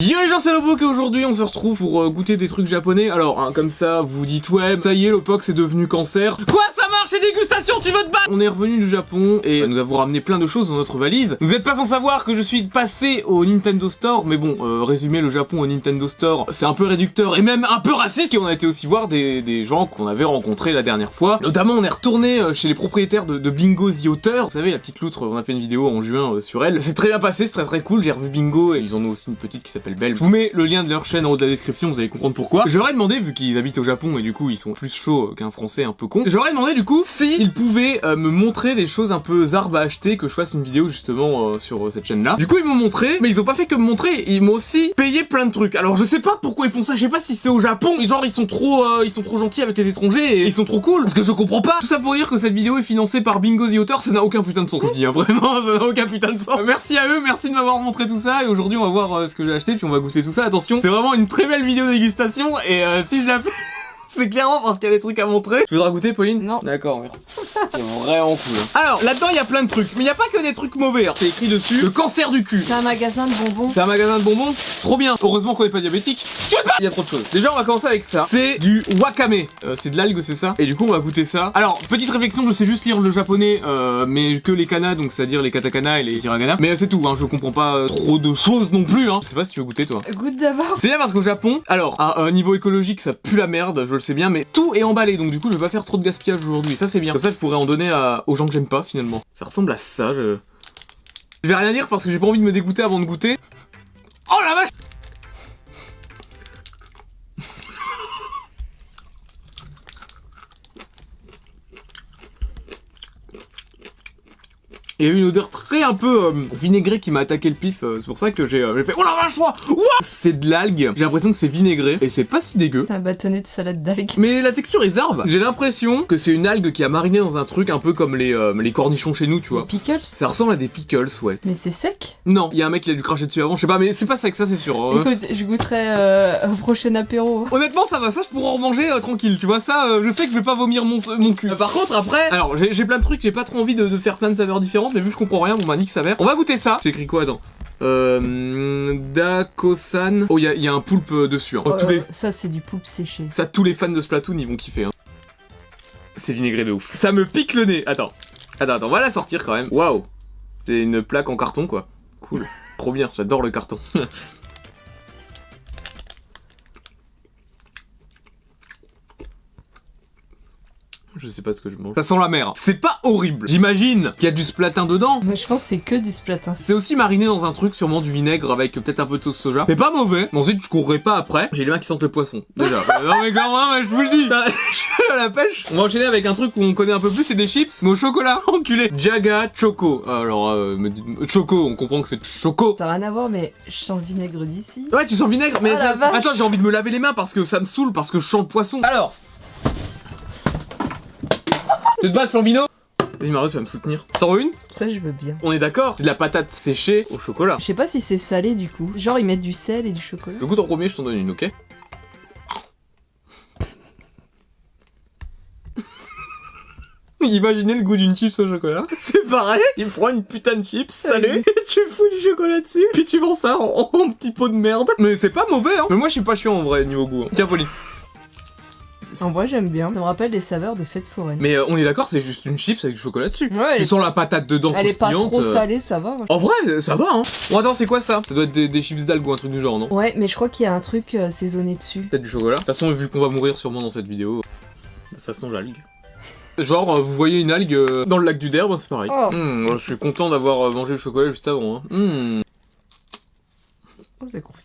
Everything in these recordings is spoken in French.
Yo les gens c'est Loboc et aujourd'hui on se retrouve pour euh, goûter des trucs japonais Alors hein, comme ça vous vous dites ouais ça y est Lopoc c'est devenu cancer Quoi ça marche c'est dégustation tu veux te battre On est revenu du Japon et euh, nous avons ramené plein de choses dans notre valise Vous êtes pas sans savoir que je suis passé au Nintendo Store Mais bon euh, résumer le Japon au Nintendo Store c'est un peu réducteur et même un peu raciste Et on a été aussi voir des, des gens qu'on avait rencontrés la dernière fois Notamment on est retourné euh, chez les propriétaires de, de Bingo The Auteur Vous savez la petite loutre on a fait une vidéo en juin euh, sur elle C'est très bien passé c'est très très cool j'ai revu Bingo et ils en ont aussi une petite qui s'appelle s'appelle Belle. Je vous mets le lien de leur chaîne en haut de la description, vous allez comprendre pourquoi. J'aurais demandé, vu qu'ils habitent au Japon et du coup ils sont plus chauds qu'un français un peu con, j'aurais demandé du coup si ils pouvaient euh, me montrer des choses un peu zarb à acheter, que je fasse une vidéo justement euh, sur euh, cette chaîne là. Du coup ils m'ont montré, mais ils ont pas fait que me montrer, ils m'ont aussi payé plein de trucs. Alors je sais pas pourquoi ils font ça, je sais pas si c'est au Japon, et genre ils sont trop euh, ils sont trop gentils avec les étrangers et ils sont trop cool, parce que je comprends pas. Tout ça pour dire que cette vidéo est financée par Bingo the Auteur, ça n'a aucun putain de sens, je dis hein, vraiment, ça n'a aucun putain de sens. Euh, Merci à eux, merci de m'avoir montré tout ça, et aujourd'hui on va voir euh, ce que j'ai acheté puis on va goûter tout ça. Attention, c'est vraiment une très belle vidéo dégustation et euh, si je la fais, c'est clairement parce qu'il y a des trucs à montrer. Tu voudras goûter, Pauline Non. D'accord, merci. C'est vraiment cool. hein. Alors, là-dedans, il y a plein de trucs, mais il n'y a pas que des trucs mauvais. hein. C'est écrit dessus le cancer du cul. C'est un magasin de bonbons. C'est un magasin de bonbons Trop bien Heureusement qu'on n'est pas diabétique Tu te bats Il y a trop de choses Déjà on va commencer avec ça C'est du wakame Euh, C'est de l'algue c'est ça Et du coup on va goûter ça Alors petite réflexion je sais juste lire le japonais euh, Mais que les kanas donc c'est à dire les katakana et les hiragana Mais euh, c'est tout hein, je comprends pas euh, trop de choses non plus hein. Je sais pas si tu veux goûter toi Goûte d'abord. c'est bien parce qu'au Japon, alors, à un niveau écologique, ça pue la merde, je le sais bien, mais tout est emballé, donc du coup, je vais pas faire trop de gaspillage aujourd'hui, ça c'est bien. Comme ça, je pourrais en donner à- aux gens que j'aime pas, finalement. Ça ressemble à ça, je... Je vais rien dire parce que j'ai pas envie de me dégoûter avant de goûter. Oh la vache Il y a eu une odeur très un peu euh, vinaigrée qui m'a attaqué le pif, euh, c'est pour ça que j'ai euh, j'ai fait Oh la vache, ouah, ouah C'est de l'algue, j'ai l'impression que c'est vinaigré et c'est pas si dégueu. C'est un bâtonnet de salade d'algues. Mais la texture est zarbe. J'ai l'impression que c'est une algue qui a mariné dans un truc un peu comme les, euh, les cornichons chez nous, tu Des vois. pickles. Ça ressemble à des pickles, ouais. Mais c'est sec. Non, il y a un mec qui a dû cracher dessus avant, je sais pas, mais c'est pas ça que ça, c'est sûr. euh. Écoute, je goûterai euh, au prochain apéro. Honnêtement, ça va, ça je pourrais en manger euh, tranquille, tu vois. Ça, euh, je sais que je vais pas vomir mon, mon cul. Euh, par contre, après, alors j'ai j'ai plein de trucs, j'ai pas trop envie de, de faire plein de saveurs différentes, mais vu que je comprends rien, bon bah nique sa mère. On va goûter ça. J'ai écrit quoi, attends euh, hmm, Dakosan. Oh, il y, a- il y a un poulpe euh, dessus. hein. Euh, Tous les- Ça, c'est du poupe séché. Ça, tous les fans de Splatoon, ils vont kiffer. Hein. C'est vinaigré de ouf. Ça me pique le nez. Attends, attends, attends, on va la sortir quand même. Waouh, c'est une plaque en carton quoi. Cool, trop bien. J'adore le carton. Je sais pas ce que je mange. Ça sent la mer. C'est pas horrible. J'imagine qu'il y a du splatin dedans. Moi, je pense que c'est que du splatin. C'est aussi mariné dans un truc, sûrement du vinaigre avec peut-être un peu de sauce soja. C'est pas mauvais. Mais Ensuite, je courrais pas après. J'ai les mains qui sentent le poisson. Déjà. Euh, non mais comment mais je vous le dis. Putain, je suis à la pêche. On va enchaîner avec un truc qu'on connaît un peu plus, c'est des chips, mais au chocolat, enculé. Jaga Choco. Alors, euh, me dis- Choco, on comprend que c'est Choco. Ça n'a rien à voir, mais je sens le vinaigre d'ici. Ouais, tu sens le vinaigre, mais Oh la ça- vache. attends, j'ai envie de me laver les mains parce que ça me saoule, parce que je sens le poisson. Alors, tu te bats, Flambino Vas-y, Mario, tu vas me soutenir. T'en veux une Ça, je veux bien. On est d'accord C'est de la patate séchée au chocolat. Je sais pas si c'est salé du coup. Genre, ils mettent du sel et du chocolat. Je goûte en premier, je t'en donne une, ok Imaginez le goût d'une chips au chocolat. C'est pareil, tu prends une putain de chips, salée, Salut. et tu fous du chocolat dessus, puis tu vends ça en, en petit pot de merde. Mais c'est pas mauvais, hein Mais moi, je suis pas chiant en vrai, niveau goût. hein. Tiens, Pauline. En vrai, j'aime bien. Ça me rappelle des saveurs de fête foraine. Mais euh, on est d'accord, c'est juste une chips avec du chocolat dessus. Ouais, elle tu est sens la patate dedans Elle est pas croustillante. trop euh. salée, ça va. moi. En vrai, euh, ça va, hein Bon, attends, c'est quoi ça Ça doit être des, des chips d'algue ou un truc du genre, non Ouais, mais je crois qu'il y a un truc euh, saisonné dessus. Peut-être du chocolat. De toute façon, vu qu'on va mourir sûrement dans cette vidéo, ça sent l'algue. Genre, euh, vous voyez une algue euh, dans le lac du Derbe, c'est pareil. Oh. Hmm, je suis content d'avoir euh, mangé le chocolat juste avant. hein. Hmm. Oh, c'est croustillant.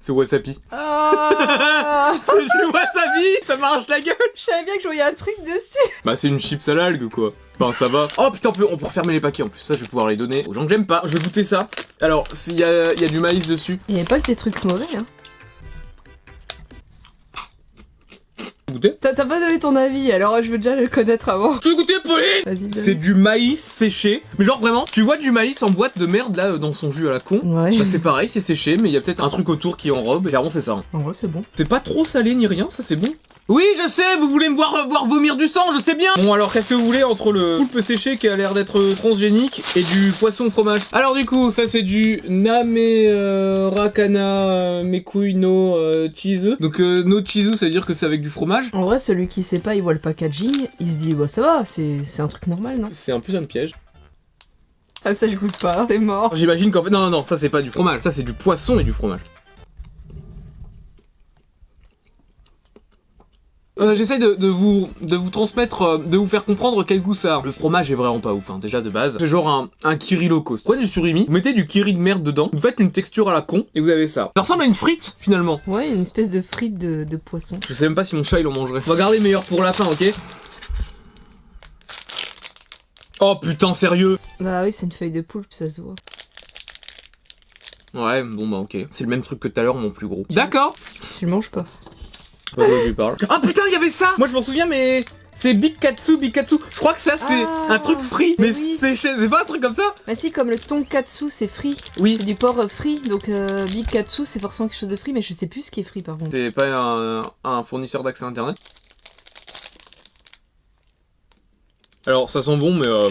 C'est wasabi. Ah c'est du wasabi Ça marche la gueule je savais bien que je voyais un truc dessus. Bah, c'est une chips à l'algue, quoi. Enfin, ça va. Oh putain, on peut, on peut refermer les paquets en plus. Ça, je vais pouvoir les donner aux gens que j'aime pas. Je vais goûter ça. Alors, s'il y a, il y a du maïs dessus. Il n'y avait pas que des trucs mauvais, hein. Goûter T'as t'as pas donné ton avis, alors je veux déjà le connaître avant. Je vais goûter, Pauline Vas-y, donne. C'est du maïs séché. Mais genre, vraiment, tu vois du maïs en boîte de merde là, euh, dans son jus à la con. Ouais. Bah c'est pareil, c'est séché, mais il y a peut-être un truc autour qui enrobe. Clairement, c'est ça. hein. En vrai, c'est bon. C'est pas trop salé ni rien, ça c'est bon. Oui, je sais, vous voulez me voir, euh, voir vomir du sang, je sais bien Bon, alors qu'est-ce que vous voulez entre le poulpe séché qui a l'air d'être euh, transgénique et du poisson au fromage Alors du coup, ça c'est du name euh, rakana euh, mes couilles no euh, chizu. Donc euh, no chizu, ça veut dire que c'est avec du fromage. En vrai, celui qui sait pas, il voit le packaging, il se dit bah ça va, c'est c'est un truc normal, non C'est un putain de piège. Ah ça je goûte pas, c'est mort. J'imagine qu'en fait... Non, non, non, ça c'est pas du fromage, ça c'est du poisson et du fromage. Euh, J'essaie de, de vous, de vous transmettre, euh, de vous faire comprendre quel goût ça a. Le fromage est vraiment pas ouf, hein, déjà de base. C'est genre un, un kiri locos. Prenez du surimi, vous mettez du kiri de merde dedans, vous faites une texture à la con, et vous avez ça. Ça ressemble à une frite, finalement. Ouais, une espèce de frite de, de poisson. Je sais même pas si mon chat il en mangerait. On va garder le meilleur pour la fin, ok Oh putain, sérieux Bah oui, c'est une feuille de poulpe, ça se voit. Ouais, bon bah ok. C'est le même truc que tout à l'heure, mon plus gros. D'accord Tu le manges pas. Pas de quoi tu parles. Ah putain, il y avait ça Moi je m'en souviens, mais c'est Bikatsu, Bikatsu. Je crois que ça c'est Ah, un truc frit, mais oui. séché. C'est pas un truc comme ça Bah si, comme le tonkatsu, c'est frit. Oui. C'est du porc euh, frit, donc euh, big katsu, c'est forcément quelque chose de frit, mais je sais plus ce qui est frit par contre. C'est pas un, un fournisseur d'accès internet Alors ça sent bon, mais euh,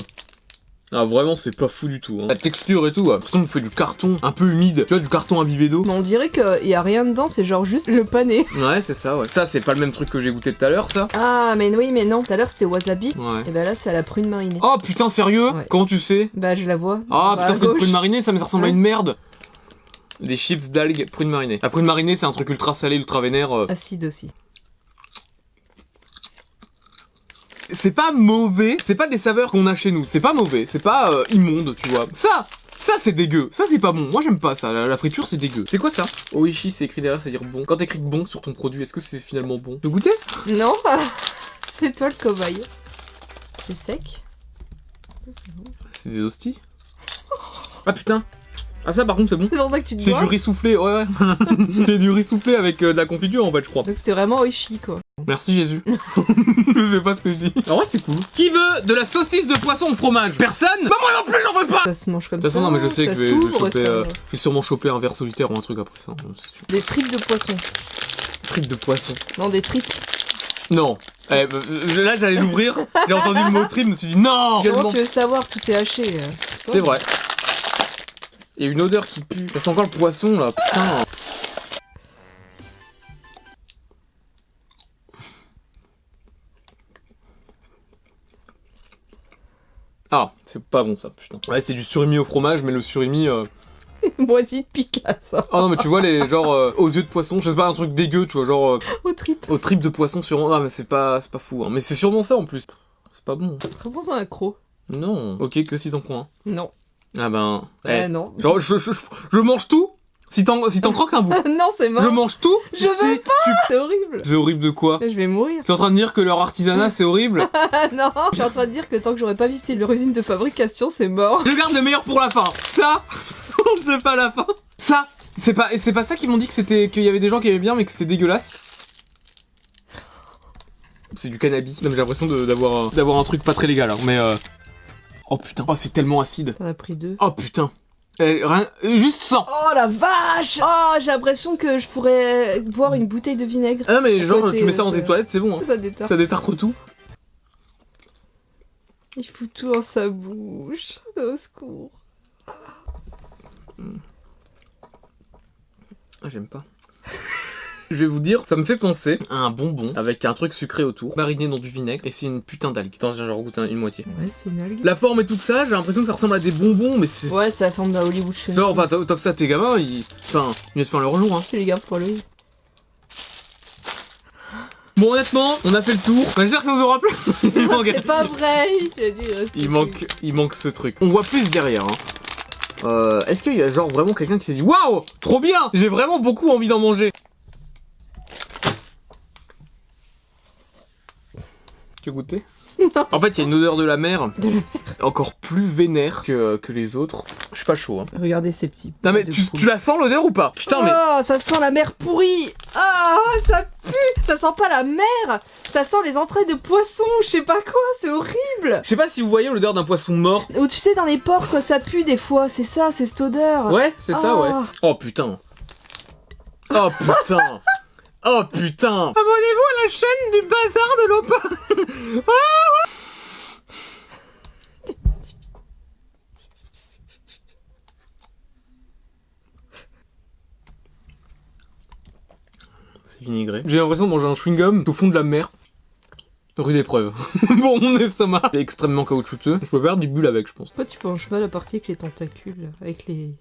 ah, vraiment c'est pas fou du tout. hein. La texture et tout, ouais. Par contre, on fait du carton un peu humide. Tu vois, du carton imbibé d'eau. Bah on dirait qu'il y a rien dedans, c'est genre juste le pané. Ouais, c'est ça, ouais. Ça c'est pas le même truc que j'ai goûté tout à l'heure, ça. Ah mais oui, mais non, tout à l'heure c'était wasabi, Ouais. et bah là c'est à la prune marinée. Oh putain, sérieux Ouais. Comment tu sais Bah je la vois. Ah Bah, à putain, c'est une gauche. prune marinée, ça me ressemble à Ouais. une merde. Des chips d'algues, prune marinée. La prune marinée, c'est un truc ultra salé, ultra vénère. euh. Acide aussi. C'est pas mauvais, c'est pas des saveurs qu'on a chez nous. C'est pas mauvais, c'est pas euh, immonde, tu vois. Ça ça c'est dégueu, ça c'est pas bon, moi j'aime pas ça, la, la friture c'est dégueu. C'est quoi ça Oishi c'est écrit derrière, c'est-à-dire bon. Quand t'écris bon sur ton produit, est-ce que c'est finalement bon Tu veux goûter Non C'est toi le cobaye. C'est sec C'est des hosties Ah putain Ah ça par contre c'est bon C'est pour ça que tu te C'est dois du riz soufflé, ouais ouais. c'est du riz soufflé avec euh, de la confiture en fait je crois. Donc c'était vraiment oishi quoi. Merci Jésus. je sais pas ce que je dis. En vrai, c'est cool. Qui veut de la saucisse de poisson au fromage Personne Bah moi non plus, j'en veux pas Ça se mange comme De toute ça. façon, non, mais je sais que ça je vais, je vais s'ouvre, choper. ça- euh, je vais sûrement choper un verre solitaire ou un truc après ça. hein, c'est sûr. Des tripes de poisson. Frites de poisson. Non, des tripes. Non. Eh, bah, euh, là, j'allais l'ouvrir. J'ai entendu le mot trip, je me suis dit non Comment tu veux savoir Tout est haché. euh. C'est vrai. Il y a une odeur qui pue. Ça sent encore le poisson là, putain. Ah, c'est pas bon ça, putain. Ouais, c'est du surimi au fromage, mais le surimi. euh, Moisi de Picasso. Ah non, mais tu vois, les genre euh, aux yeux de poisson, je sais pas, un truc dégueu, tu vois, genre euh, Aux tripes. aux tripes de poisson sur. Ah, mais c'est pas, c'est pas fou, hein. Mais c'est sûrement ça en plus. C'est pas bon. Reprends-en un croc. Non. Ok, que si t'en prends un. Non. Ah ben. eh. Ouais, non. Genre, je, je, je- je mange tout si t'en si t'en croques un bout. non, c'est Je mort. mange tout Je veux c'est- tu- C'est horrible. C'est horrible de quoi Je vais mourir. Tu es en train de dire que leur artisanat c'est horrible Ah non Je suis en train de dire que tant que j'aurais pas visité leur usine de fabrication, c'est mort. Je garde le meilleur pour la fin. Ça, c'est pas la fin. Ça, c'est pas, c'est pas ça qu'ils m'ont dit que c'était, qu'il y avait des gens qui aimaient bien mais que c'était dégueulasse. C'est du cannabis. Non, mais j'ai l'impression de- d'avoir, euh, d'avoir un truc pas très légal. hein, mais euh, oh putain, oh c'est tellement acide. T'en as pris deux. Oh putain, Eh, rien, euh, juste sang. Oh la vache Oh, j'ai l'impression que je pourrais boire une bouteille de vinaigre. Ah non mais À genre côté, tu mets ça dans euh, tes toilettes, c'est bon. hein. Ça détend. Ça détartre tout. Il fout tout dans sa bouche. Au secours. Ah, j'aime pas. Je vais vous dire, ça me fait penser à un bonbon avec un truc sucré autour, mariné dans du vinaigre, et c'est une putain d'algue. Attends, j'en goûte un- une moitié. Ouais, c'est une algue. La forme et tout ça, j'ai l'impression que ça ressemble à des bonbons, mais c'est. Ouais, c'est la forme d'un Hollywood chenille. Ça, enfin, top top ça, tes gamins, ils. Enfin, ils viennent faire leur jour, hein. Tu les gardes pour l'œil. Bon, honnêtement, on a fait le tour. Enfin, J'espère que ça vous aura plu. il, manque... C'est pas vrai Il a dit rester il manque. Il manque ce truc. On voit plus derrière, hein. Euh, Est-ce qu'il y a genre vraiment quelqu'un qui s'est dit Waouh, trop bien J'ai vraiment beaucoup envie d'en manger. Tu as goûté Non. En fait, il y a une odeur de la mer De la encore plus vénère que, que les autres. Je suis pas chaud. Hein. Regardez ces petits. Non mais de tu, poule. tu la sens l'odeur ou pas Putain mais Oh, ça sent la mer pourrie Ah, ça pue Ça sent pas la mer Ça sent les entrailles de poisson, je sais pas quoi, c'est horrible je sais pas si vous voyez l'odeur d'un poisson mort. Ou tu sais, dans les porcs, quoi, ça pue des fois, c'est ça, Ah. c'est cette odeur Oh. Ouais, c'est ça ouais. Ah. Oh putain. Oh putain. Oh putain Abonnez-vous à la chaîne du bazar de l'Opin C'est vinaigré. J'ai l'impression de manger un chewing-gum au fond de la mer. Rude épreuve. bon, mon estomac C'est extrêmement caoutchouteux. Je peux faire des bulles avec, je pense. Pourquoi tu penches pas la partie avec les tentacules Avec les.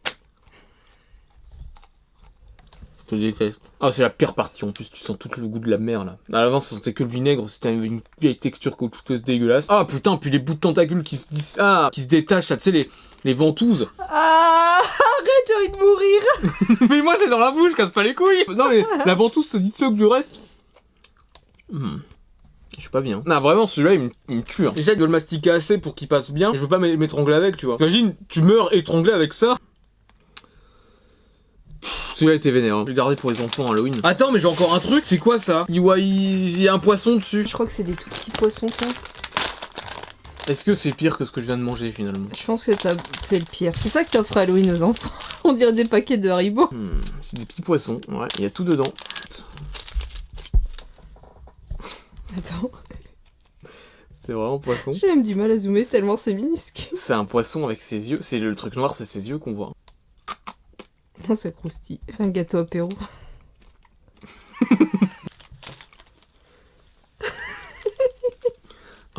Je te déteste. Ah, c'est la pire partie. En plus, tu sens tout le goût de la mer, là. À l'avance, ça sentait que le vinaigre. C'était une vieille texture caoutchouteuse dégueulasse. Ah, putain, puis les bouts de tentacules qui se, dis- ah, qui se détachent, là, tu sais, les, les ventouses. Ah Arrête, j'ai envie de mourir mais moi, j'ai dans la bouche, casse pas les couilles. Non, mais la ventouse se disloque du reste. Hmm. Je suis pas bien. Non, vraiment, celui-là, il me, il me tue. hein. J'essaie de le mastiquer assez pour qu'il passe bien. Je veux pas m'é- m'étrangler avec, tu vois. Imagine, tu meurs étranglé avec ça. Pff, Celui-là était vénère. hein. Je l'ai gardé pour les enfants Halloween. Attends, mais j'ai encore un truc. C'est quoi ça Il ouais, il- il y a un poisson dessus. Je crois que c'est des tout petits poissons, ça. Est-ce que c'est pire que ce que je viens de manger finalement Je pense que t'as fait le pire. C'est ça que t'offres à Halloween aux enfants. On dirait des paquets de Haribo. Hmm, C'est des petits poissons. Ouais, il y a tout dedans. Attends, C'est vraiment poisson. j'ai même du mal à zoomer tellement c'est minuscule. C'est un poisson avec ses yeux. C'est le truc noir, c'est ses yeux qu'on voit. Non, ça croustille. C'est un gâteau apéro.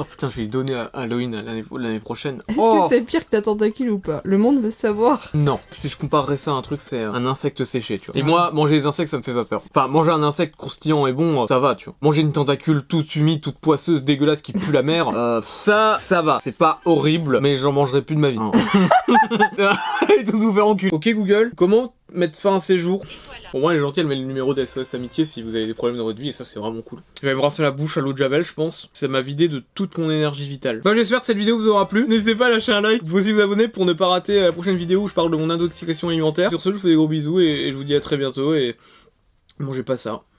Oh putain, je vais lui donner à Halloween à l'année l'année prochaine. Est-ce Oh que c'est pire que ta tentacule ou pas Le monde veut savoir. Non, si je comparerais ça à un truc, c'est euh, un insecte séché, tu vois. Et moi, manger des insectes, ça me fait pas peur. Enfin, manger un insecte croustillant et bon, euh, ça va, tu vois. Manger une tentacule toute humide, toute poisseuse, dégueulasse, qui pue la mer, euh, pff, ça, ça va. C'est pas horrible, mais j'en mangerai plus de ma vie. Elle est tous ouvert en cul. Ok Google, comment mettre fin à ces jours Pour moi, elle est gentille, elle met le numéro d'SOS Amitié si vous avez des problèmes dans votre vie, et ça, c'est vraiment cool. Je vais me brasser la bouche à l'eau de Javel, je pense. Ça m'a vidé de toute mon énergie vitale. Bah, j'espère que cette vidéo vous aura plu. N'hésitez pas à lâcher un like, vous aussi vous abonner pour ne pas rater euh, la prochaine vidéo où je parle de mon intoxication alimentaire. Sur ce, je vous fais des gros bisous et, et je vous dis à très bientôt et mangez pas ça.